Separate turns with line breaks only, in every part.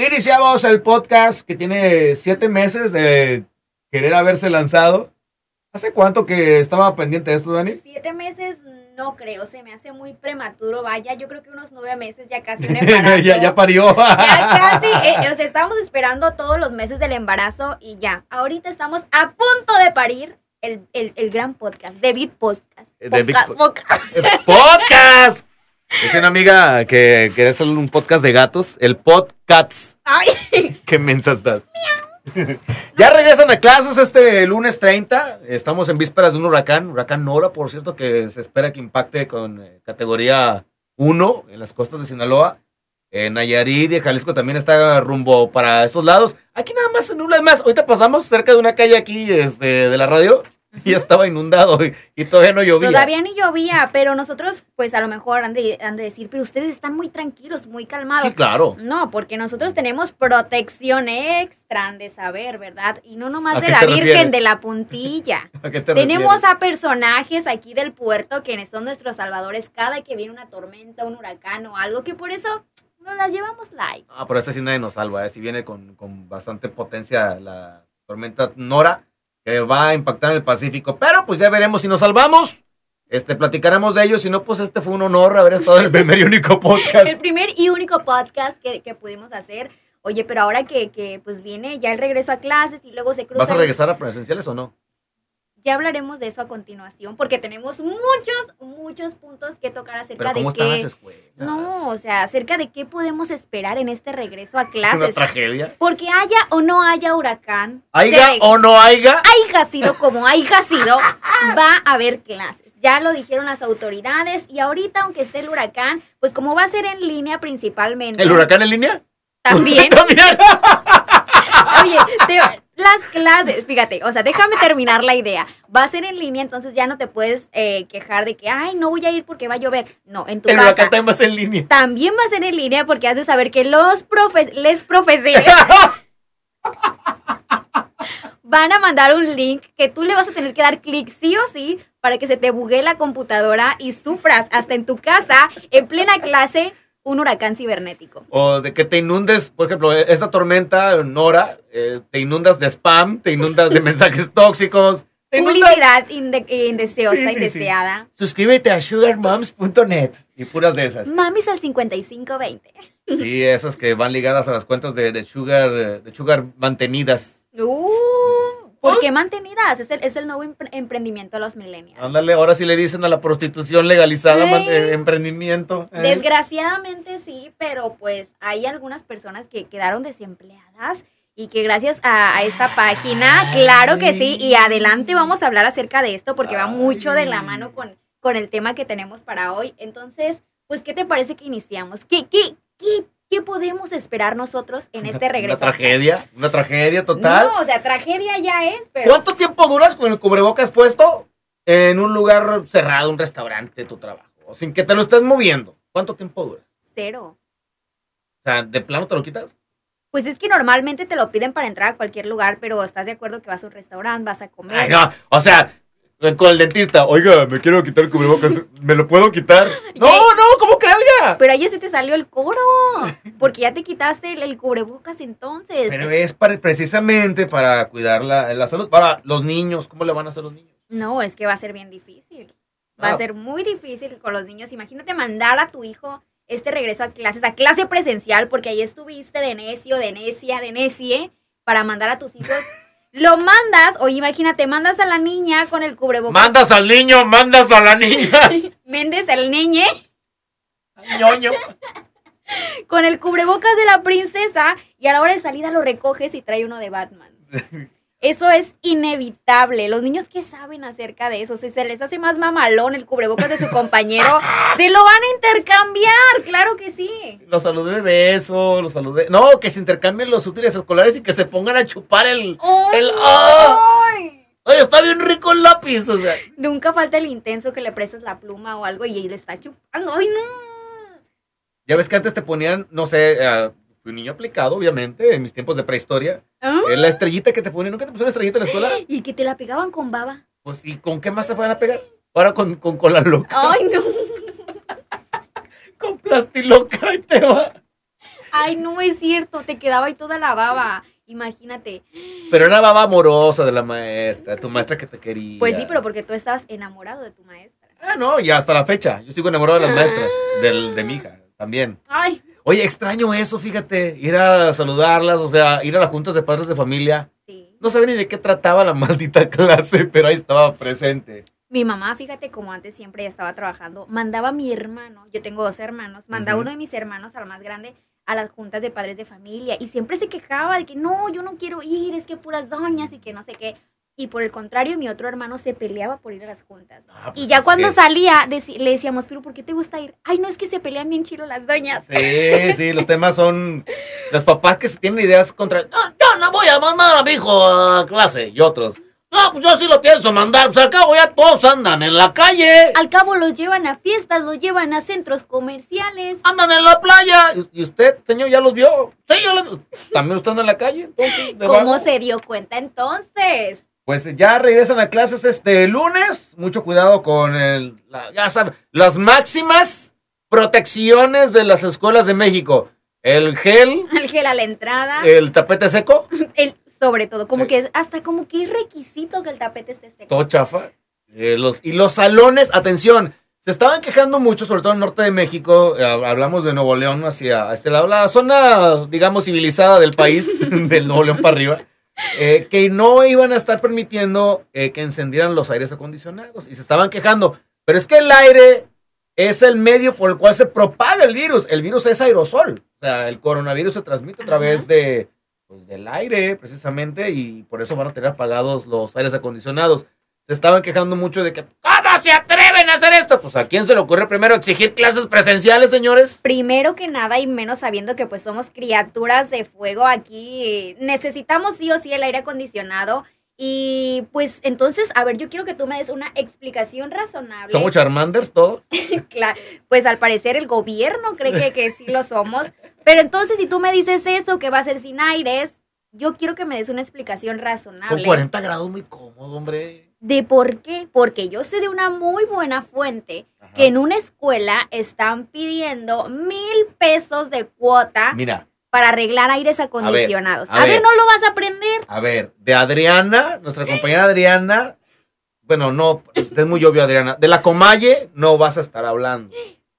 Iniciamos el podcast que tiene siete meses de querer haberse lanzado. ¿Hace cuánto que estaba pendiente de esto, Dani?
Siete meses no creo, se me hace muy prematuro, vaya, yo creo que unos nueve meses ya casi un embarazo.
ya, ya parió.
Ya casi, eh, o sea, estábamos esperando todos los meses del embarazo y ya, ahorita estamos a punto de parir el, el, el gran podcast, David Podcast.
Eh, The Big
Podcast,
Po-
podcast.
¡Podcast! Es una amiga que quería hacer un podcast de gatos, el Podcats.
Ay,
Qué mensa estás. ya regresan a clases este lunes 30. Estamos en vísperas de un huracán, huracán Nora, por cierto, que se espera que impacte con eh, categoría 1 en las costas de Sinaloa. En Nayarit y en Jalisco también está rumbo para estos lados. Aquí nada más se nubla es más. Ahorita pasamos cerca de una calle aquí este, de la radio y estaba inundado y, y todavía no llovía.
todavía ni llovía, pero nosotros, pues a lo mejor han de, han de decir, pero ustedes están muy tranquilos, muy calmados.
Sí, claro.
No, porque nosotros tenemos protección extra han de saber, ¿verdad? Y no nomás
¿A
de
qué
la
te
Virgen,
refieres?
de la puntilla.
¿A qué te
Tenemos
refieres?
a personajes aquí del puerto quienes son nuestros salvadores cada que viene una tormenta, un huracán o algo, que por eso nos las llevamos light.
Ah, pero esta sí nadie nos salva, ¿eh? Si viene con, con bastante potencia la tormenta Nora, que va a impactar en el Pacífico. Pero pues ya veremos si nos salvamos. Este, platicaremos de ello. Si no, pues este fue un honor haber estado en el primer y único
El
podcast.
primer y único podcast que, que pudimos hacer. Oye, pero ahora que, que, pues viene ya el regreso a clases y luego se cruza.
¿Vas a regresar a presenciales o no?
Ya hablaremos de eso a continuación porque tenemos muchos, muchos puntos que tocar acerca
Pero ¿cómo
de
están
que...
las escuelas?
No, o sea, acerca de qué podemos esperar en este regreso a
Una
clases.
tragedia.
Porque haya o no haya huracán,
¿Aiga
se-
o no aiga?
haya sido como haya sido, va a haber clases. Ya lo dijeron las autoridades y ahorita, aunque esté el huracán, pues como va a ser en línea principalmente.
¿El huracán en línea?
También.
También.
Oye, te- las clases, fíjate, o sea, déjame terminar la idea. Va a ser en línea, entonces ya no te puedes eh, quejar de que, ay, no voy a ir porque va a llover. No, en tu
El
casa.
huracán también va a ser en línea.
También va a ser en línea porque has de saber que los profes, les profesores van a mandar un link que tú le vas a tener que dar clic sí o sí para que se te buguee la computadora y sufras hasta en tu casa, en plena clase, un huracán cibernético.
O de que te inundes, por ejemplo, e- esta tormenta, Nora, eh, te inundas de spam, te inundas de mensajes tóxicos. te inundas-
Publicidad inde- eh, indeseosa,
Sí, sí, sí.
indeseada.
Suscríbete a sugarmoms.net y puras de esas.
Mamis al 5520.
Sí, esas que van ligadas a las cuentas de, de sugar, eh, de sugar mantenidas.
Uh, ¿Por qué mantenidas? Es el, es el nuevo empre- emprendimiento de los millennials.
Ándale, ahora sí le dicen a la prostitución legalizada
Ey.
man- eh, emprendimiento. eh.
Desgraciadamente sí, pero pues hay algunas personas que quedaron desempleadas y que gracias a, a esta página, claro que sí, y adelante vamos a hablar acerca de esto porque va mucho de la mano con, con el tema que tenemos para hoy. Entonces, pues, ¿qué te parece que iniciamos? ¿Qué, qué, qué, qué podemos esperar nosotros en este regreso?
Una tragedia, una tragedia total.
No, o sea, tragedia ya es, pero...
¿Cuánto tiempo duras con el cubrebocas puesto en un lugar cerrado, un restaurante, tu trabajo? Sin que te lo estés moviendo. ¿Cuánto tiempo dura?
Cero.
O sea, ¿de plano te lo quitas?
Pues es que normalmente te lo piden para entrar a cualquier lugar, pero estás de acuerdo que vas a un restaurante, vas a comer.
Ay, no, o sea, con el dentista, oiga, me quiero quitar el cubrebocas, ¿me lo puedo quitar? No,
Yay.
no, ¿cómo creo ya?
Pero ahí ya se te salió el coro, porque ya te quitaste el, el cubrebocas entonces.
Pero es para- precisamente para cuidar la, la salud. Para los niños, ¿cómo le van a hacer los niños?
No, es que va a ser bien difícil. Va
Ah.
a ser muy difícil con los niños. Imagínate mandar a tu hijo este regreso a clases, a clase presencial, porque ahí estuviste de necio, de necia, de necie, para mandar a tus hijos. Lo mandas, o imagínate, mandas a la niña con el cubrebocas.
Mandas al niño, mandas a la niña.
Méndez al niñe.
Ñoño.
con el cubrebocas de la princesa y a la hora de salida lo recoges y trae uno de Batman. Eso es inevitable. Los niños, ¿qué saben acerca de eso? Si se les hace más mamalón el cubrebocas de su compañero, se lo van a intercambiar, claro que sí.
Los saludé de beso, los saludé. No, que se intercambien los útiles escolares y que se pongan a chupar el. El- ¡Ay! Oye, está bien rico el lápiz, o sea.
Nunca falta el intenso que le prestas la pluma o algo y ahí le está chupando. ¡Ay, no!
Ya ves que antes te ponían, no sé, eh, fui un niño aplicado, obviamente, en mis tiempos de prehistoria.
Ah.
Eh, la estrellita que te ponían, ¿nunca te pusieron estrellita en la escuela?
Y que te la pegaban con baba.
Pues, ¿y con qué más te van a pegar? Ahora con, con cola loca,
¡Ay, no!
con plastiloca, y te va.
Ay, no es cierto, te quedaba ahí toda la baba. Imagínate.
Pero era baba amorosa de la maestra, tu maestra que te quería.
Pues sí, pero porque tú estabas enamorado de tu maestra.
Ah, no, y hasta la fecha. Yo sigo enamorado de las maestras, del, de mi hija también.
Ay,
Oye, extraño eso, fíjate, ir a saludarlas, o sea, ir a las juntas de padres de familia.
sí.
No sabía ni de qué trataba la maldita clase, pero ahí estaba presente.
Mi mamá, fíjate, como antes siempre ya estaba trabajando, mandaba a mi hermano, yo tengo dos hermanos, mandaba
Ujú.
uno de mis hermanos al más grande a las juntas de padres de familia y siempre se quejaba de que no, yo no quiero ir, es que puras doñas y que no sé qué. Y por el contrario, mi otro hermano se peleaba por ir a las juntas.
Ah, pues
Y ya
es
cuando
que-
salía, deci- le decíamos, pero ¿por qué te gusta ir? Ay, no, es que se pelean bien chilo las doñas.
Sí, sí, los temas son los papás que tienen ideas contra... No, yo no voy a mandar a mi hijo a clase y otros. No, pues yo sí lo pienso mandar, pues al cabo ya todos andan en la calle,
Al cabo los llevan a fiestas, los llevan a centros comerciales.
andan en la playa. Y usted, señor, ya los vio. Sí, yo los... También usted anda en la calle, entonces... de
¿Cómo
vago.
se dio cuenta entonces?
Pues ya regresan a clases este lunes. Mucho cuidado con el, la- ya saben, las máximas protecciones de las escuelas de México. El gel,
El gel a la entrada,
el tapete seco,
el, sobre todo, como
Sí.
que es, hasta como que es requisito que el tapete esté seco.
Eh. todo chafa. Eh, los, y los salones, atención, se estaban quejando mucho, sobre todo en el norte de México. eh, Hablamos de Nuevo León hacia este lado, la zona, digamos, civilizada del país, del Nuevo León para arriba. eh, que no iban a estar permitiendo eh, que encendieran los aires acondicionados y se estaban quejando. Pero es que el aire es el medio por el cual se propaga el virus. El virus es aerosol. O sea, el coronavirus se transmite a través de, pues, del aire, precisamente, y por eso van a tener apagados los aires acondicionados. Se estaban quejando mucho de que, ¿cómo se atreven a hacer esto? Pues a quién se le ocurre primero exigir clases presenciales, señores.
Primero que nada y menos sabiendo que pues somos criaturas de fuego aquí, necesitamos sí o sí el aire acondicionado. Y pues entonces, a ver, yo quiero que tú me des una explicación razonable.
Somos charmanders todos.
Cla- pues al parecer el gobierno cree que, que sí lo somos. Pero entonces, si tú me dices eso, que va a ser sin aires, yo quiero que me des una explicación
Con
razonable
40 grados muy cómodo, hombre.
de por qué. Porque yo sé de una muy buena fuente
Ajá.
que en una escuela están pidiendo mil pesos de cuota
Mira,
para arreglar aires acondicionados.
a
A ver,
ver.
no lo vas a aprender.
A ver, de Adriana, nuestra compañera Adriana. Bueno, no, es muy obvio, Adriana. De la Comalle no vas a estar hablando.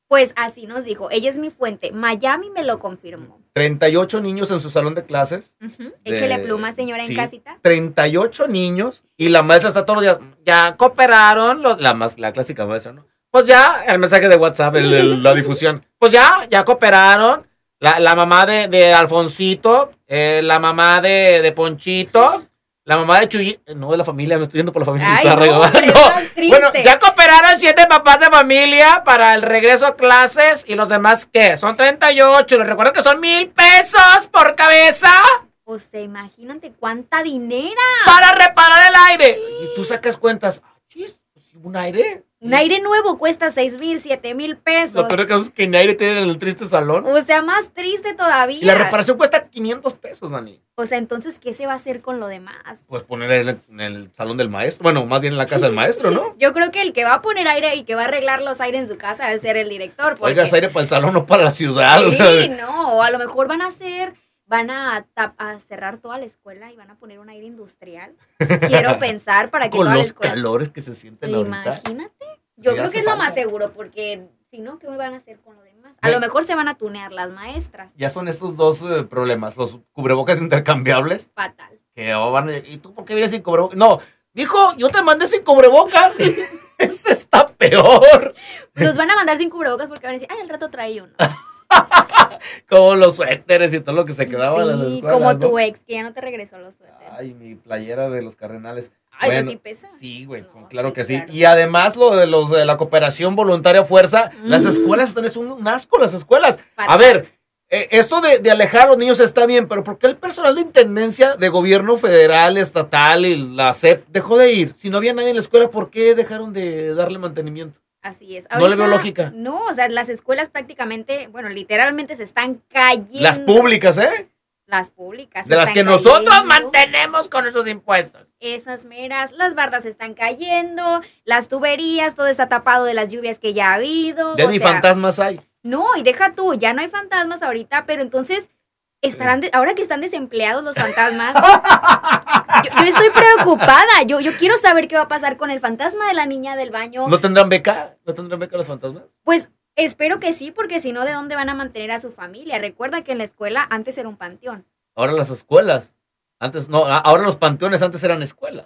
Pues así nos dijo. Ella es mi fuente. Miami me lo confirmó.
38 niños en su salón de clases.
Ujú. Échele
De-
pluma, señora,
sí.
en casita.
38 niños. Y la maestra está todos los días. Ya cooperaron. los- la, más, la clásica maestra, ¿no? Pues ya, el mensaje de WhatsApp, el- el- la difusión. Pues ya, ya cooperaron. La, la mamá de, de Alfoncito, eh, la mamá de, de Ponchito, la mamá de Chuy. No, de la familia, me estoy yendo por la familia.
Ay,
bizarra,
no,
¿verdad?
hombre,
No.
más triste.
Bueno, ya cooperaron siete papás de familia para el regreso a clases y los demás, ¿qué? Son 38. Les recuerdo que son mil pesos por cabeza
O sea, imagínate cuánta dinero.
para reparar el aire. Y tú sacas cuentas. Ah, chis, pues sí, un aire.
Un aire nuevo cuesta seis mil, siete mil pesos.
Lo peor que es que ni aire tienen en el triste salón.
O sea, más triste todavía.
Y la reparación cuesta 500 pesos, Dani.
O sea, entonces, ¿qué se va a hacer con lo demás?
Pues poner en el, en el salón del maestro. Bueno, más bien en la casa del maestro, ¿no?
Yo creo que el que va a poner aire y que va a arreglar los aires en su casa debe ser el director. Porque...
Oigas, aire para el salón, no para la ciudad. o sea.
Sí, no, o a lo mejor van a hacer, van a, tap- a cerrar toda la escuela y van a poner un aire industrial. Quiero pensar para que
con
toda la
los
escuela.
calores que se sienten ahorita.
Imagínate. Yo
Sí,
creo
hace
que es lo
falta.
más seguro, porque si no, ¿qué van a hacer con lo demás? A
Ve.
lo mejor se van a tunear las maestras.
Ya son estos dos eh, problemas, los cubrebocas intercambiables
Fatal.
que van a- ¿y tú por qué vienes sin cubrebocas? No, dijo, yo te mandé sin cubrebocas. Ese está peor.
Los van a mandar sin cubrebocas porque van a decir, ay, al rato trae uno.
Como los suéteres y todo lo que se quedaba en las
Sí,
escuelas,
como
¿no?
tu ex, que ya no te regresó los suéteres. Ay,
Ay, mi playera de los cardenales. bueno,
eso Ah, sí pesa.
Sí, güey,
No,
con- claro
sí,
que sí.
claro.
Y además lo de los de la cooperación voluntaria a fuerza, las
Mm.
escuelas están es un, un asco las escuelas.
Fatal.
A ver, eh, esto de, de alejar a los niños está bien, pero ¿por qué el personal de intendencia de gobierno federal, estatal y la SEP dejó de ir? Si no había nadie en la escuela, ¿por qué dejaron de darle mantenimiento?
Así es.
No le veo lógica.
No, o sea, las escuelas prácticamente, bueno, literalmente se están cayendo.
Las públicas, ¿eh?
Las públicas. se
De las
están
que nosotros
cayendo.
mantenemos con esos impuestos.
Esas meras, las bardas están cayendo, las tuberías, todo está tapado de las lluvias que ya ha habido.
Ya
o
ni
sea,
fantasmas hay.
No, y deja tú, ya no hay fantasmas ahorita, pero entonces estarán, de- ahora que están desempleados los fantasmas, yo, yo estoy preocupada. Yo, yo quiero saber qué va a pasar con el fantasma de la niña del baño.
¿No tendrán beca? ¿No tendrán beca los fantasmas?
Pues espero que sí, porque si no, ¿de dónde van a mantener a su familia? Recuerda que en la escuela antes era un panteón.
Ahora las escuelas. Antes, no, a- ahora los panteones antes eran escuelas.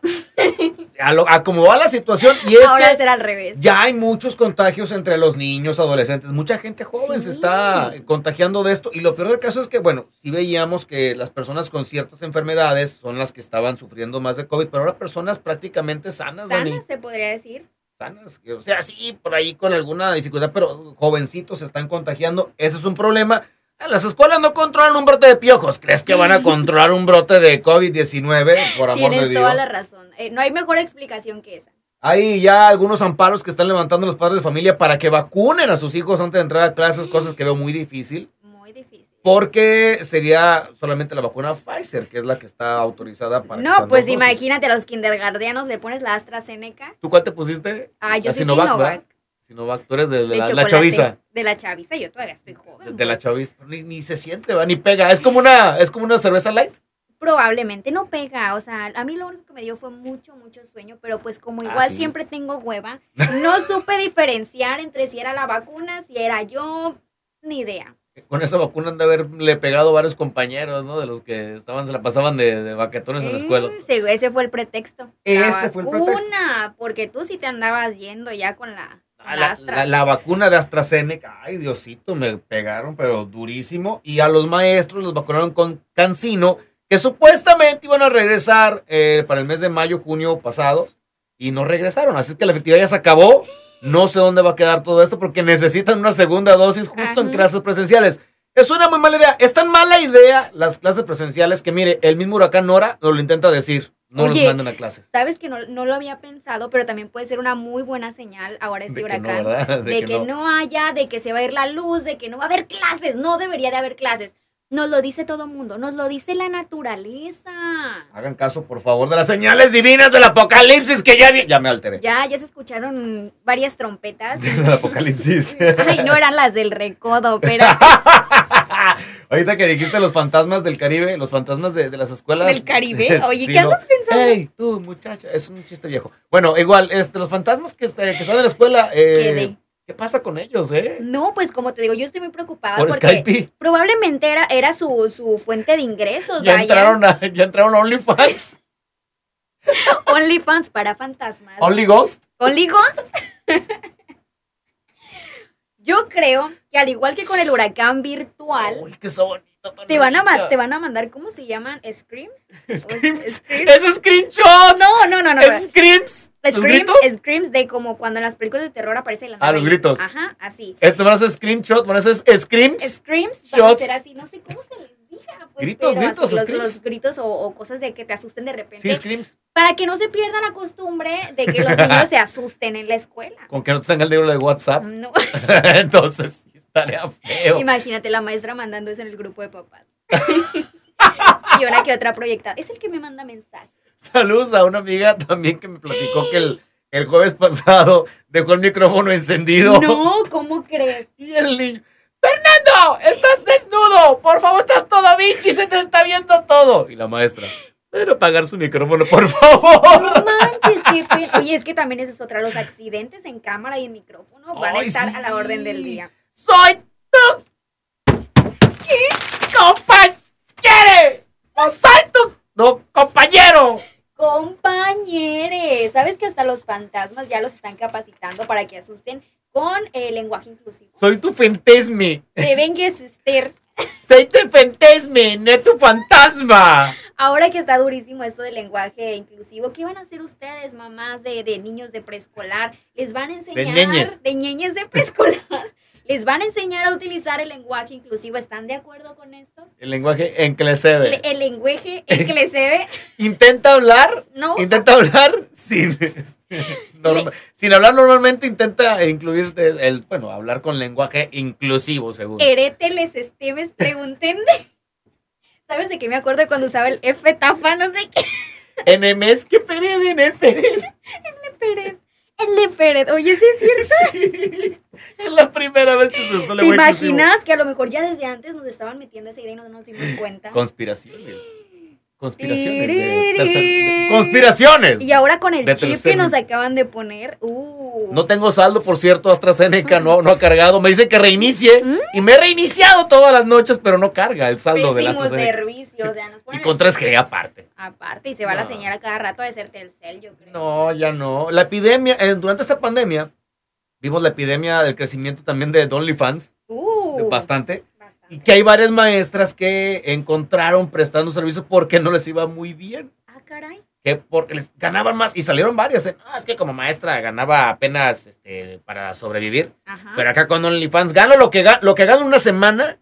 A, lo- a como va la situación, y es
ahora
que
será al revés.
ya hay muchos contagios entre los niños, adolescentes. Mucha gente joven se
Sí.
está contagiando de esto. Y lo peor del caso es que, bueno, sí veíamos que las personas con ciertas enfermedades son las que estaban sufriendo más de COVID, pero ahora personas prácticamente sanas, Dani.
Sana, se podría decir.
sanas, que, o sea, sí, por ahí con alguna dificultad, pero jovencitos se están contagiando, ese es un problema. Ah, Las escuelas no controlan un brote de piojos, ¿crees que van a controlar un brote de COVID-19? Por amor de
Tienes
Dios.
toda la razón. Eh, no hay mejor explicación que esa.
Hay ya algunos amparos que están levantando los padres de familia para que vacunen a sus hijos antes de entrar a clases, cosas que veo muy difícil,
Muy difícil.
porque sería solamente la vacuna Pfizer, que es la que está autorizada para que sean
No,
dos
pues
dosis.
imagínate, a los kindergardianos le pones la AstraZeneca.
¿Tú cuál te pusiste?
Ah, yo
La
soy
Sinovac,
Sinovac.
¿verdad? Sinovac, tú eres de, de
de
la- la
chocolate.
chaviza.
De la chaviza, yo todavía estoy
De,
joven.
de la
pues.
chaviza. Pero Ni, ni se siente, va, ni pega. Es como una, es como una cerveza light.
Probablemente no pega, o sea, a mí lo único que me dio fue mucho, mucho sueño, pero pues como
Ah,
igual
sí.
siempre tengo hueva, no supe diferenciar entre si era la vacuna, si era yo, ni idea.
Con esa vacuna han de haberle pegado varios compañeros, ¿no? De los que estaban, se la pasaban de, de vaquetones en la escuela.
Mm, sí, ese fue el pretexto. la
Ese fue el
vacuna, porque tú sí te andabas yendo ya con la...
Ah,
la
La,
Astra.
la- la vacuna de AstraZeneca, ay Diosito, me pegaron, pero durísimo. Y a los maestros los vacunaron con Cancino, que supuestamente iban a regresar eh, para el mes de mayo, junio pasados, y no regresaron. Así es que la efectividad ya se acabó. No sé dónde va a quedar todo esto porque necesitan una segunda dosis justo en
Ajá.
clases presenciales. Es una muy mala idea. Es tan mala idea las clases presenciales que, mire, el mismo huracán Nora nos lo intenta decir. No los
Oye,
mandan a clases.
Sabes que no, no lo había pensado, pero también puede ser una muy buena señal ahora este
De que no,
huracán.
¿verdad?
de, que, no. haya, de que se va a ir la luz, de que no va a haber clases, no debería de haber clases. Nos lo dice todo mundo, nos lo dice la naturaleza.
Hagan caso, por favor, de las señales divinas del apocalipsis que ya vi. Ya me alteré.
Ya, ya se escucharon varias trompetas.
Del apocalipsis.
Ay, no eran las del recodo, pero
Ahorita que dijiste los fantasmas del Caribe, los fantasmas de, de las escuelas.
del Caribe. Oye,
Sí,
¿qué
¿no?
andas pensando?
¡Ey, tú, muchacha! Es un chiste viejo. Bueno, igual, este, los fantasmas que, este, que están en la escuela, eh,
¿Qué de?
¿qué pasa con ellos, eh?
No, pues como te digo, yo estoy muy preocupada
Por
porque
Skype.
probablemente era, era su, su fuente de ingresos.
Ya
vaya.
entraron, a, ya entraron a OnlyFans.
OnlyFans para fantasmas.
Only Ghost.
¿Oligos? Yo creo que al igual que con el huracán virtual,
Uy, qué so bonito. tan
te van, a ma-
bonita.
te van a mandar, ¿cómo se llaman? ¿Screams?
Screams.
Screams.
Es screenshots.
No, no, no, no.
Es screams. ¿Los
Screams,
gritos?
screams de como cuando en las películas de terror aparece la
Ah,
nave.
los gritos.
Ajá, así.
Esto Eh, van a hacer screenshot, van a hacer screams.
Screams, van a
Shots.
ser así, no sé cómo se les diga. pues,
Gritos,
pero
gritos,
así, los,
screams.
los gritos o, o cosas de que te asusten de repente.
Sí, screams.
para que no se pierda la costumbre de que los niños se asusten en la escuela.
Con que no te salga el libro de WhatsApp.
No.
Entonces, sí, estaría feo.
Imagínate la maestra mandando eso en el grupo de papás. y una que otra proyectada. Es el que me manda mensaje.
Saludos a una amiga también que me platicó que el, el jueves pasado dejó el micrófono encendido.
No, ¿cómo crees?
Y el niño. ¡Fernando! ¡Estás desnudo! ¡Por favor, estás todo bichi! ¡Se te está viendo todo! Y la maestra. Pueden apagar su micrófono, por
No
favor.
manches, qué pena. Oye, es que también esa es otra. Los accidentes en cámara y en micrófono van a
Ay,
estar
sí.
a la orden del día.
¡Soy tu compañero! ¡No soy tu no, compañero!
Compañeres, ¿sabes que hasta los fantasmas ya los están capacitando para que asusten con el lenguaje inclusivo?
Soy tu fentesme.
Deben que existir.
Soy tu fentesme, no tu fantasma.
Ahora que está durísimo esto del lenguaje inclusivo, ¿qué van a hacer ustedes, mamás de, de niños de preescolar? ¿Les van a enseñar?
ñeñes.
De ñeñes de preescolar. ¿Les van a enseñar a utilizar el lenguaje inclusivo? ¿Están de acuerdo con esto?
El lenguaje
Le-
enclecede.
el lenguaje en que les se ve,
Intenta hablar,
¿no?
intenta hablar sin. norma- sin hablar normalmente, intenta incluir el, el- Bueno, hablar con lenguaje inclusivo, según.
Erete les estemes, preguntende. ¿Sabes de qué me acuerdo cuando usaba el F tafa? No sé qué,
NMS, ¿qué pereza en el pereza?
Pérez. el de Feret. Oye, sí es cierto.
Sí. Es la primera vez que se usó
¿Te imaginas que a lo mejor ya desde antes nos estaban metiendo esa idea y no nos dimos cuenta?
Conspiraciones. Conspiraciones. de tercer- de- conspiraciones.
Y ahora con el
De
chip
tercer-
que nos acaban de poner, uh.
No tengo saldo, por cierto, AstraZeneca no, no ha cargado. Me dice que reinicie. Y me he reiniciado todas las noches, pero no carga el saldo de la
Pésimo
AstraZeneca.
servicio, o sea, nos
Y
ponen
con 3G aparte.
aparte y se va la
No.
señal a cada rato de ser Telcel, yo creo.
No, ya no. La epidemia, eh, durante esta pandemia, vimos la epidemia del crecimiento también de OnlyFans,
Uh,
de bastante.
bastante.
Y que hay varias maestras que encontraron prestando servicios porque no les iba muy bien.
Ah, caray.
que porque les ganaban más y salieron varias. ¿eh? Ah, es que como maestra ganaba apenas este, para sobrevivir,
Ajá.
pero acá con OnlyFans gano lo que, ga- lo que gano en una semana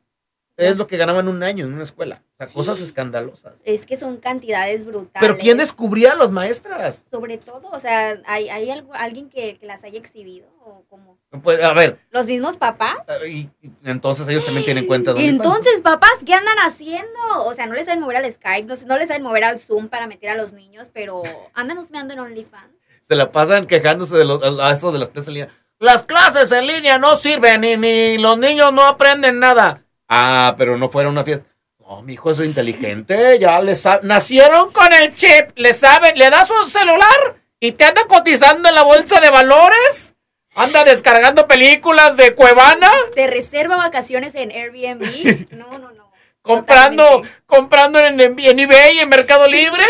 es lo que ganaban un año en una escuela. O sea, cosas escandalosas.
es que son cantidades brutales.
Pero ¿quién descubría a las maestras?
Sobre todo, o sea, ¿hay, hay algo- alguien que, que las haya exhibido? ¿O como
Pues, a ver,
los mismos papás?
eh, y, y entonces ellos también tienen cuenta de
Y
OnlyFans.
entonces, papás, ¿qué andan haciendo? O sea, no les saben mover al Skype, no, no les saben mover al Zoom para meter a los niños, pero andan husmeando en OnlyFans.
Se la pasan quejándose de los, a eso de las clases en línea. Las clases en línea no sirven y ni los niños no aprenden nada. Ah, pero no fuera una fiesta. No, mi hijo es re inteligente, ya le sa- Nacieron con el chip, le saben, le das un celular y te anda cotizando en la bolsa de valores. Anda descargando películas de Cuevana,
Te reserva vacaciones en Airbnb. No, no, no.
comprando,
Totalmente.
comprando en, en eBay, en Mercado Libre,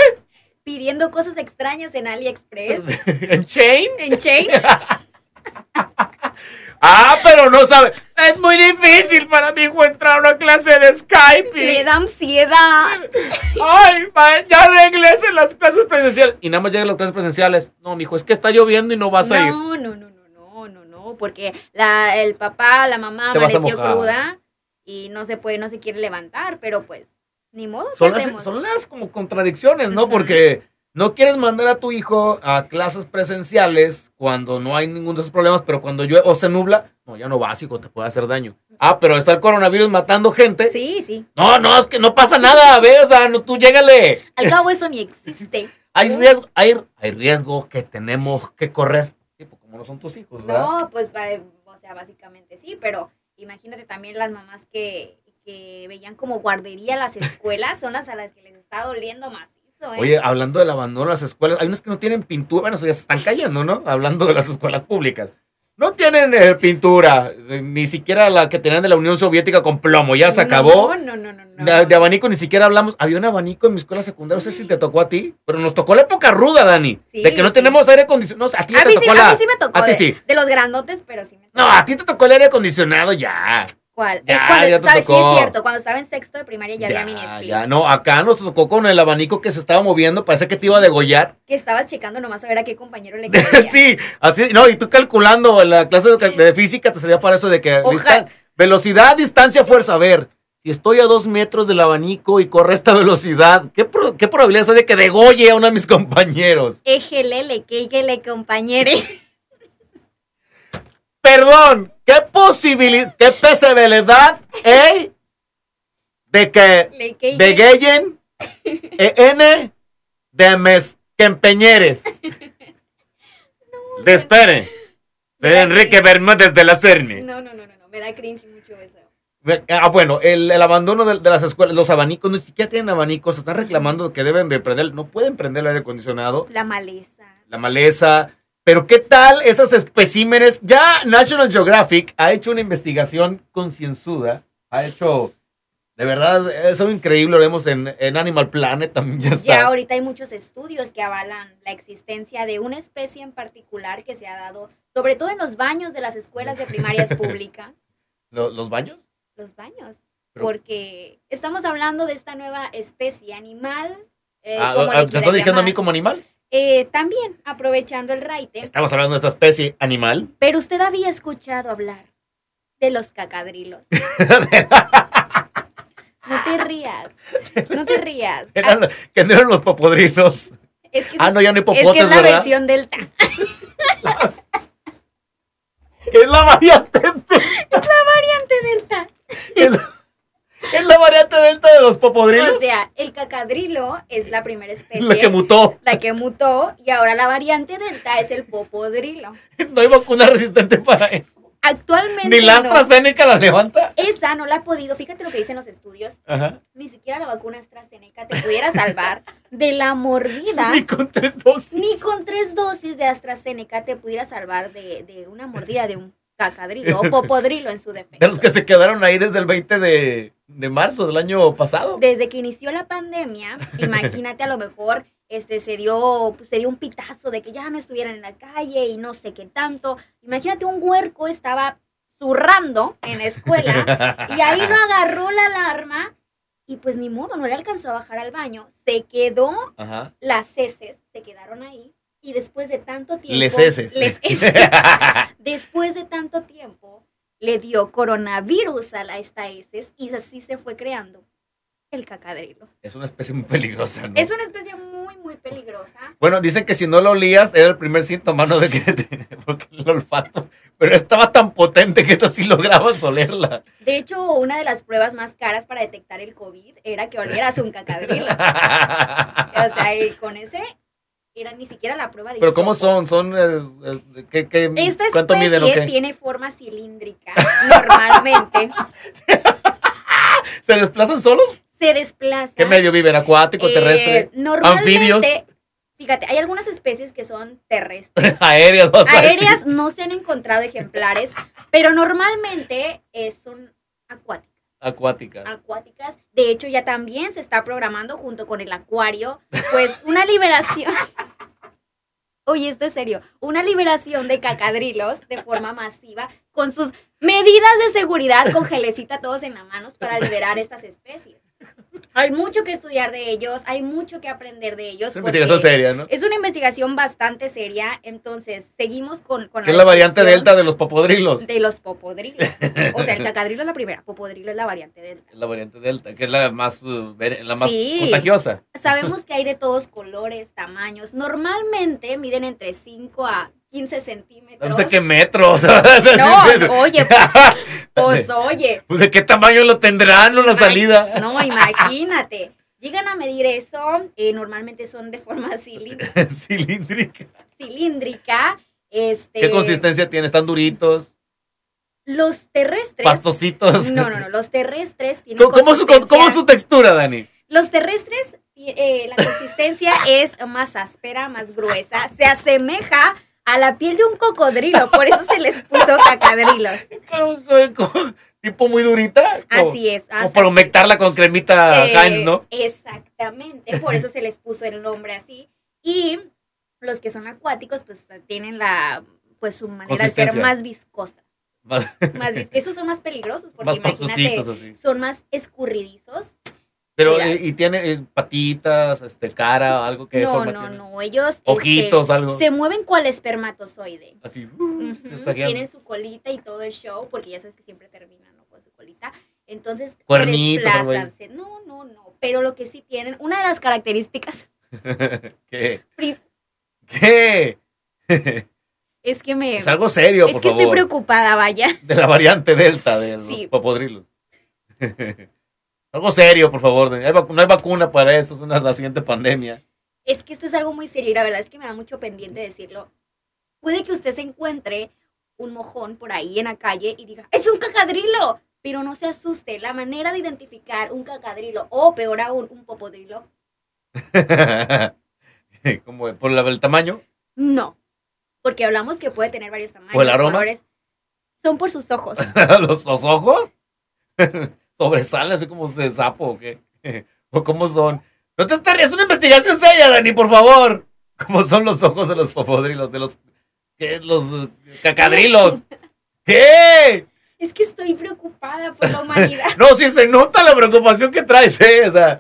Pidiendo cosas extrañas en AliExpress,
en Chain.
en Chain.
Ah, pero no sabe. Es muy difícil para mi hijo entrar a una clase de Skype. y-
Le da ansiedad.
Ay, ma- ya regresé en las clases presenciales. Y nada más llegan las clases presenciales. No, mijo, es que está lloviendo y no vas a ir.
No, no, no, no, no, no, no, porque la, el papá, la mamá
Te vas a
amaneció
mojar.
cruda y no se puede, no se quiere levantar, pero pues, ni modo. ¿qué
Son las,
hacemos?
son las como contradicciones, ¿no?
Ujú.
Porque no quieres mandar a tu hijo a clases presenciales cuando no hay ninguno de esos problemas, pero cuando llueve o se nubla, no, ya no vas, hijo, te puede hacer daño. Ah, pero está el coronavirus matando gente.
Sí, sí.
No, no, es que no pasa nada, ve, o sea, no, tú llégale.
Al cabo eso ni existe.
Hay riesgo, hay, hay riesgo que tenemos que correr. Sí, pues, como no son tus hijos, ¿verdad?
No, pues, va- o sea, básicamente sí, pero imagínate también las mamás que, que veían como guardería las escuelas, son las a las que les está doliendo macizo, ¿eh?
Oye, hablando del abandono de las escuelas, hay unas que no tienen pintura, bueno, eso ya se están cayendo, ¿no? Hablando de las escuelas públicas. No tienen eh, pintura, eh, ni siquiera la que tenían de la Unión Soviética con plomo, ya se acabó.
No, no, no, no. no.
De, de abanico ni siquiera hablamos. Había un abanico en mi escuela secundaria, no sé si te tocó a ti, pero nos tocó la época ruda, Dani.
Sí,
de que no
sí.
tenemos aire acondicionado. No, a ti
a,
te
mí sí,
tocó la...
a mí sí me tocó.
a ti
de-
sí.
De los grandotes, pero sí me tocó.
No, a ti te tocó el aire acondicionado ya.
¿Cuál? Eh,
Ya,
cuando-
ya te
¿sabes? Sí,
tocó.
es cierto. Cuando estaba en sexto de primaria ya, había mini split.
ya, no, acá nos tocó con el abanico que se estaba moviendo, parecía que te iba a degollar.
Que estabas checando nomás a ver a qué compañero le caía.
sí, así, no, y tú calculando en la clase de, cal- de física te servía para eso de que
Ojalá.
distan- velocidad, distancia, fuerza. A ver, si estoy a dos metros del abanico y corre esta velocidad, ¿qué, pro- qué probabilidad hay de que degolle a uno de mis compañeros?
Ejelele, que que le compañere.
Perdón, ¿qué posibilidad, qué posibilidad, eh, de que
Le que
degollen eh, N de mes que empeñeres? Desperen.
me da cringe.
Bermúdez de la CERNI.
No, no, no, no, no. Me da cringe mucho eso.
Ah, bueno, el, el abandono de, de las escuelas, los abanicos, ni siquiera tienen abanicos, están reclamando que deben de prender, no pueden prender el aire acondicionado,
La maleza.
la maleza, pero ¿qué tal esas especímenes? Ya National Geographic ha hecho una investigación concienzuda, ha hecho, de verdad, es algo increíble, lo vemos en, en Animal Planet, también ya está.
Ya ahorita hay muchos estudios que avalan la existencia de una especie en particular que se ha dado, sobre todo en los baños de las escuelas de primarias públicas.
¿Lo- ¿Los baños?
Los baños.
Pero-
Porque estamos hablando de esta nueva especie animal. eh,
Ah,
como le
ah, ¿Te
quieran
estás diciendo a mí
llamar.
como animal?
Eh, también aprovechando el raite,
Estamos hablando de esta especie animal.
pero usted había escuchado hablar de los cacadrilos. no te rías, no te rías. Ah,
Eran, que no eran los popodrilos.
es que,
Ah, no, ya no hay
es,
popotes,
que es la
¿verdad?
versión delta.
Es la variante
Delta.
Es la, Es la variante delta de los popodrilos.
O sea, el cacadrilo es la primera especie.
La que mutó.
la que mutó y ahora la variante delta es el popodrilo.
No hay vacuna resistente para eso.
Actualmente
Ni la
no.
AstraZeneca la levanta.
esa no la ha podido, fíjate lo que dicen los estudios,
Ajá.
ni siquiera la vacuna AstraZeneca te pudiera salvar de la mordida.
Ni con tres dosis.
Ni con tres dosis de AstraZeneca te pudiera salvar de, de una mordida de un cacadrilo o popodrilo en su defecto.
De los que se quedaron ahí desde el 20 de, de marzo del año pasado.
Desde que inició la pandemia, imagínate a lo mejor este se dio pues, se dio un pitazo de que ya no estuvieran en la calle y no sé qué tanto. Imagínate un huerco estaba zurrando en la escuela y ahí no agarró la alarma y pues ni modo, no le alcanzó a bajar al baño, se quedó
Ajá.
las heces se quedaron ahí y después de tanto tiempo
Les heces.
les heces, después de tanto tiempo le dio coronavirus a la esta heces y así se fue creando el cacadrilo.
Es una especie muy peligrosa, ¿no?
Es una especie muy muy peligrosa.
Bueno, dicen que si no lo olías era el primer síntoma, ¿no? De que te- porque el olfato. Pero estaba tan potente que esta sí lograbas olerla.
De hecho, una de las pruebas más caras para detectar el COVID era que olieras un cacadrilo. O sea, y con ese era ni siquiera la prueba de
Pero ¿cómo
hisopo.
son? ¿Son eh, eh, qué- qué-
Esta
cuánto
especie
miden o qué?
tiene forma cilíndrica normalmente.
¿Se desplazan solos?
se desplaza.
¿Qué medio viven? ¿Acuático,
Ah, Eh,
terrestre?
normalmente,
anfibios.
Fíjate, hay algunas especies que son terrestres.
¿Aéreas? Vas a decir?
Aéreas no se han encontrado ejemplares, pero normalmente eh, son acuáticas.
Acuáticas.
acuáticas. De hecho, ya también se está programando junto con el acuario, pues una liberación. Oye, esto es serio. Una liberación de cacadrilos de forma masiva con sus medidas de seguridad con gelecita todos en la manos para liberar estas especies. Hay mucho que estudiar de ellos, hay mucho que aprender de ellos.
Es una investigación
porque
seria, ¿no?
Es una investigación bastante seria, entonces seguimos con, con
Que es la variante
descripción
delta de los popodrilos.
de los popodrilos. O sea, el cacadrilo es la primera, popodrilo es la variante delta.
Es la variante delta, que es la más, eh, ver- la más
Sí.
contagiosa.
Sabemos que hay de todos colores, tamaños. Normalmente miden entre 5 a 15 centímetros.
No sé qué metro. o sea,
No, oye, pues oye.
Pues, ¿De qué tamaño lo tendrán una
Imag-
salida?
No, imagínate. Llegan a medir eso, eh, normalmente son de forma cilí-
Cilíndrica.
cilíndrica. Este,
¿Qué consistencia tiene? ¿Están duritos?
Los terrestres.
¿Pastositos?
No, no, no. Los terrestres tienen.
¿Cómo, cómo su,
consistencia-
cómo es su textura, Dani?
Los terrestres, eh, la consistencia es más áspera, más gruesa, se asemeja a la piel de un cocodrilo, por eso se les puso cacadrilos.
¿Cómo- cómo- cómo- tipo muy durita. Como-
Así es.
Como
así
para
es.
humectarla con cremita
Eh,
Heinz, ¿no?
Exactamente, por eso se les puso el nombre así. Y los que son acuáticos, pues tienen la, pues su manera de ser
Consistencia.
más viscosa.
Más,
Más vis- Estos son más peligrosos, porque
más
imagínate,
pastositos así.
son más escurridizos.
Pero,
mira.
eh, ¿y tiene eh, patitas, este, cara, algo que
no,
forma
no,
tiene?
no, ellos este,
Ojitos, algo.
se mueven cual espermatozoide.
Así.
Ujú,
se saquean.
Tienen su colita y todo el show, porque ya sabes que siempre terminan ¿no? con su colita. Entonces, se
Cuernitos, algo
desplazan, se- No, no, no. Pero lo que sí tienen, una de las características
¿Qué?
pri-
¿Qué?
es que me.
Es algo serio,
es
por
que
favor.
estoy preocupada, vaya.
De la variante delta de los
Sí.
popodrilos. Algo serio, por favor. Hay vacu- No hay vacuna para eso, es una, la siguiente pandemia.
Es que esto es algo muy serio y la verdad es que me da mucho pendiente decirlo. Puede que usted se encuentre un mojón por ahí en la calle y diga, ¡es un cacadrilo! Pero no se asuste, la manera de identificar un cacadrilo o peor aún, un popodrilo,
Como por la- el tamaño,
No, porque hablamos que puede tener varios tamaños.
¿O el aroma?
colores. Son por sus ojos.
los, los ojos sobresalen así como de sapo o qué. O cómo son. No te estés, es una investigación seria, Dani, por favor. ¿Cómo son los ojos de los popodrilos? De los. ¿Qué? Los eh, cacadrilos. ¿Qué?
Es que estoy preocupada por la humanidad.
No, sí se nota la preocupación que traes, ¿eh? O sea.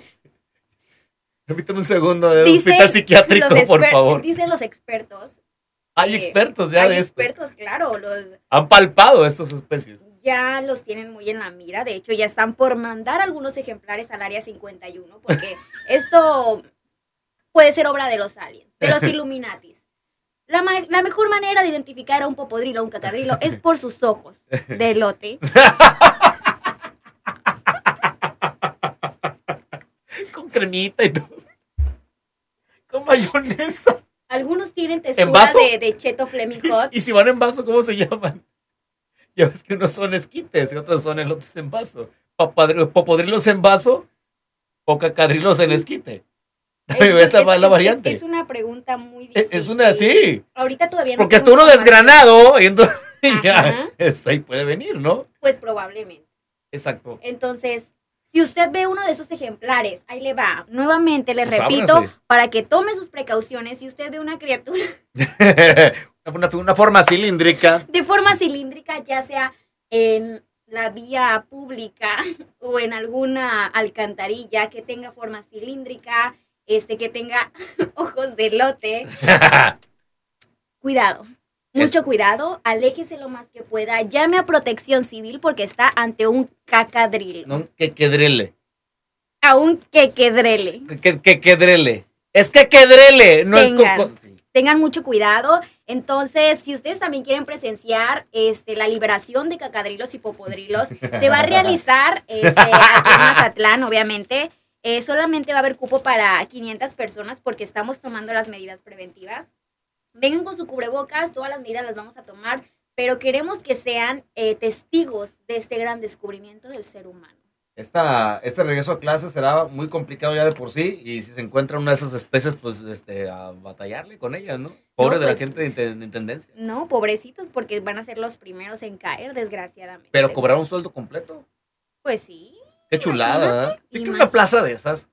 Permíteme un segundo de
Dicen
hospital psiquiátrico,
los
por
exper-
favor.
Dicen los expertos.
Hay
eh,
expertos ya pues.
hay
de esto.
expertos, claro, los-
Han palpado estas especies.
ya los tienen muy en la mira. De hecho, ya están por mandar algunos ejemplares al área 51, porque esto puede ser obra de los aliens, de los Illuminatis. La, ma- la mejor manera de identificar a un popodrilo o un cacadrilo es por sus ojos de lote.
cremita y todo. Con mayonesa.
Algunos tienen textura
vaso?
de, de Cheto Fleming
Y,
Hot.
si- y si van en vaso, ¿cómo se llaman? Ya ves que unos son esquites y otros son elotes en vaso. Papadri- Popodrilos en vaso o cacadrilos en esquite. Esa es, la variante. ¿E,
Es una pregunta muy
Es-
difícil.
es una, sí,
Ahorita todavía no.
porque está
tengo
uno
información.
desgranado y entonces
Ajá.
ya, es- ahí puede venir, ¿no?
Pues probablemente.
Exacto.
Entonces, si usted ve uno de esos ejemplares, ahí le va. Nuevamente, le
Pues
repito,
ábrase.
para que tome sus precauciones, si usted ve una criatura
una, una forma cilíndrica.
de forma cilíndrica, ya sea en la vía pública o en alguna alcantarilla que tenga forma cilíndrica, este que tenga ojos de lote, cuidado. Mucho
Eso.
cuidado, aléjese lo más que pueda, llame a protección civil porque está ante un cacadril,
no, que quedrele.
a un quequedrele.
Que, que quedrele. Es que quedrele, no
Tengan.
es coco. Sí.
tengan mucho cuidado. Entonces, si ustedes también quieren presenciar este, la liberación de cacadrilos y popodrilos, se va a realizar este, aquí en Mazatlán, obviamente. Eh, solamente va a haber cupo para 500 personas porque estamos tomando las medidas preventivas. Vengan con su cubrebocas, todas las medidas las vamos a tomar, pero queremos que sean eh, testigos de este gran descubrimiento del ser humano.
Esta, este regreso a clases será muy complicado ya de por sí y si se encuentra una de esas especies, pues este, a batallarle con ella, ¿no? Pobre
No,
de la
pues-
gente de, inte- de intendencia.
No, pobrecitos, porque van a ser los primeros en caer, desgraciadamente.
Pero cobrar un sueldo completo.
eh, Pues sí.
Qué chulada, ¿verdad? Yo quiero
Imagínate.
una plaza de esas.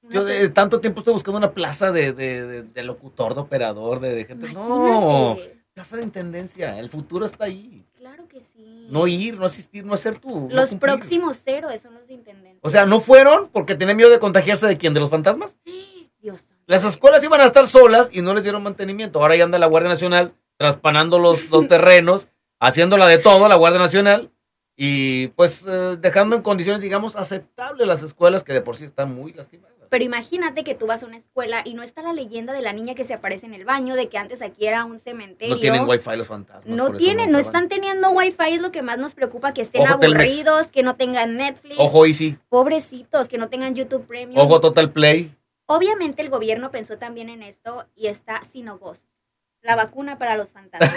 una
Yo
pena.
de tanto tiempo estoy buscando una plaza de, de- de- de locutor, de operador, de, de gente. No,
Imagínate.
plaza de intendencia. El futuro está ahí.
Claro que sí.
No ir, no asistir, no hacer tú. no
los
cumplir.
próximos héroes son los de intendencia.
O sea, no fueron porque tenían miedo de contagiarse de quién, de los fantasmas.
Dios santo.
Las escuelas iban a estar solas y no les dieron mantenimiento. Ahora ya anda la Guardia Nacional traspanando los, los terrenos, haciéndola de todo la Guardia Nacional y pues eh, dejando en condiciones, digamos, aceptables las escuelas que de por sí están muy lastimadas.
Pero imagínate que tú vas a una escuela y no está la leyenda de la niña que se aparece en el baño, de que antes aquí era un cementerio.
No tienen wifi los fantasmas.
No
por eso
tienen, no
entraban.
están teniendo wifi, es lo que más nos preocupa, que estén
Ojo, Telmex.
aburridos, que no tengan Netflix,
Ojo Easy,
pobrecitos, que no tengan YouTube Premium.
ojo Total Play.
Obviamente el gobierno pensó también en esto y está Sinogos, la vacuna para los fantasmas,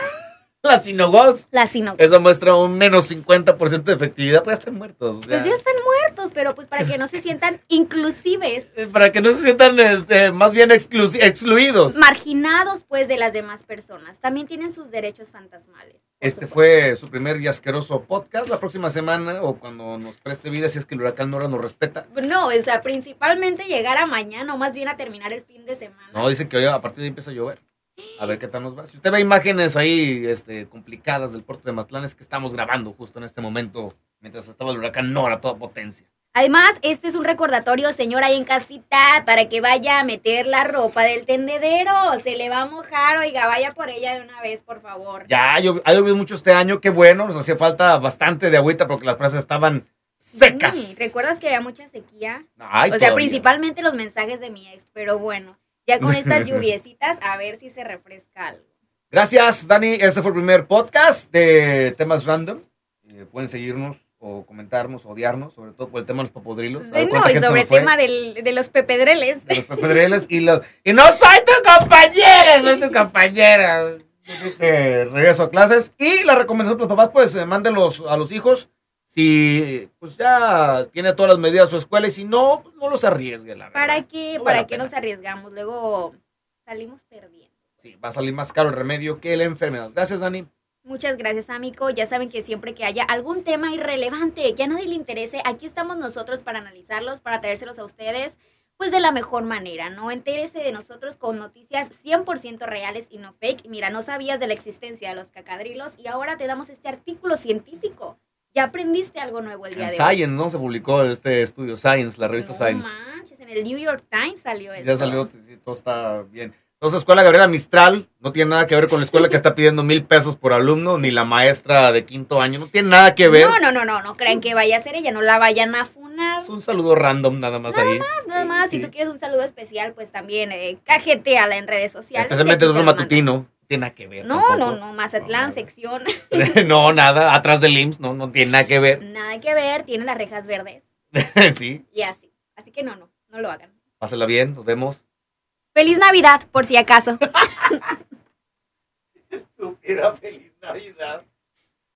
La Sinogos.
la Sinogos.
Eso muestra un menos 50% de efectividad, pues ya están muertos. o sea,
Pues ya están muertos, pero pues para que no se sientan inclusives,
eh, Para que no se sientan este, más bien exclusi- excluidos.
marginados pues de las demás personas. También tienen sus derechos fantasmales. por
Este
supuesto.
fue su primer y asqueroso podcast. La próxima semana o cuando nos preste vida, si es que el huracán Nora nos respeta.
No, o sea, principalmente llegar a mañana o más bien a terminar el fin de semana.
No, dicen que hoy a partir de ahí empieza a llover. A ver qué tal nos va. Si usted ve imágenes ahí este, complicadas del puerto de Mazatlán, es que estamos grabando justo en este momento, mientras estaba el huracán Nora a toda potencia.
Además, este es un recordatorio, señora, ahí en casita, para que vaya a meter la ropa del tendedero. Se le va a mojar, oiga, vaya por ella de una vez, por favor.
Ya ha llovi- ha llovido mucho este año, qué bueno. Nos hacía falta bastante de agüita porque las plazas estaban secas.
Sí, ¿Recuerdas que había mucha sequía?
Ay,
o sea,
todavía.
principalmente los mensajes de mi ex, pero bueno, ya con estas lluviecitas, a ver si se refresca algo.
Gracias, Dani. Este fue el primer podcast de temas random. Eh, pueden seguirnos o comentarnos, odiarnos, sobre todo por el tema de los papodrilos. A ver
Sí,
cuánta
no, Pues y
gente se
sobre
nos fue.
tema del- de los pepedreles.
De los papodrilos y los... ¡Y no soy tu compañera! ¡Soy tu compañera! Dije, regreso a clases. Y la recomendación para los papás, pues, eh, mándenlos a los hijos. Si, pues, ya tiene todas las medidas su escuela. Y si no, pues, no los arriesgue, la verdad.
¿Para qué,
No vale
para
la
qué
pena.
nos arriesgamos? Luego salimos perdiendo.
Sí, va a salir más caro el remedio que la enfermedad. Gracias, Dani.
Muchas gracias, amigo. Ya saben que siempre que haya algún tema irrelevante que a nadie le interese, aquí estamos nosotros para analizarlos, para traérselos a ustedes, pues de la mejor manera, ¿no? Entérese de nosotros con noticias 100% reales y no fake. Mira, no sabías de la existencia de los cacadrilos y ahora te damos este artículo científico. Ya aprendiste algo nuevo el día
En
de hoy.
Science, ¿no? Se publicó este estudio, Science, la revista
no
Science.
manches, en el New York Times salió eso.
Ya salió, sí, todo está bien. Entonces, Escuela Gabriela Mistral no tiene nada que ver con la escuela que está pidiendo mil pesos por alumno, ni la maestra de quinto año, no tiene nada que ver.
No, no, no, no, no crean que vaya a ser ella, no la vayan a funar.
Es un saludo random nada más ahí.
Nada más, si
Sí.
tú quieres un saludo especial, pues también eh, cajeteala en redes sociales.
Especialmente
y
de un
aquí te lo mando.
matutino. No tiene nada que ver.
No,
tampoco.
no, no, Mazatlán,
No, nada.
sección,
no, nada. Atrás del IMSS, no, no tiene nada que ver.
nada que ver, tiene las rejas verdes
sí.
y así. Así que no, no, No lo hagan.
Pásala bien, nos vemos.
Feliz Navidad, por si acaso.
Estúpida, feliz Navidad.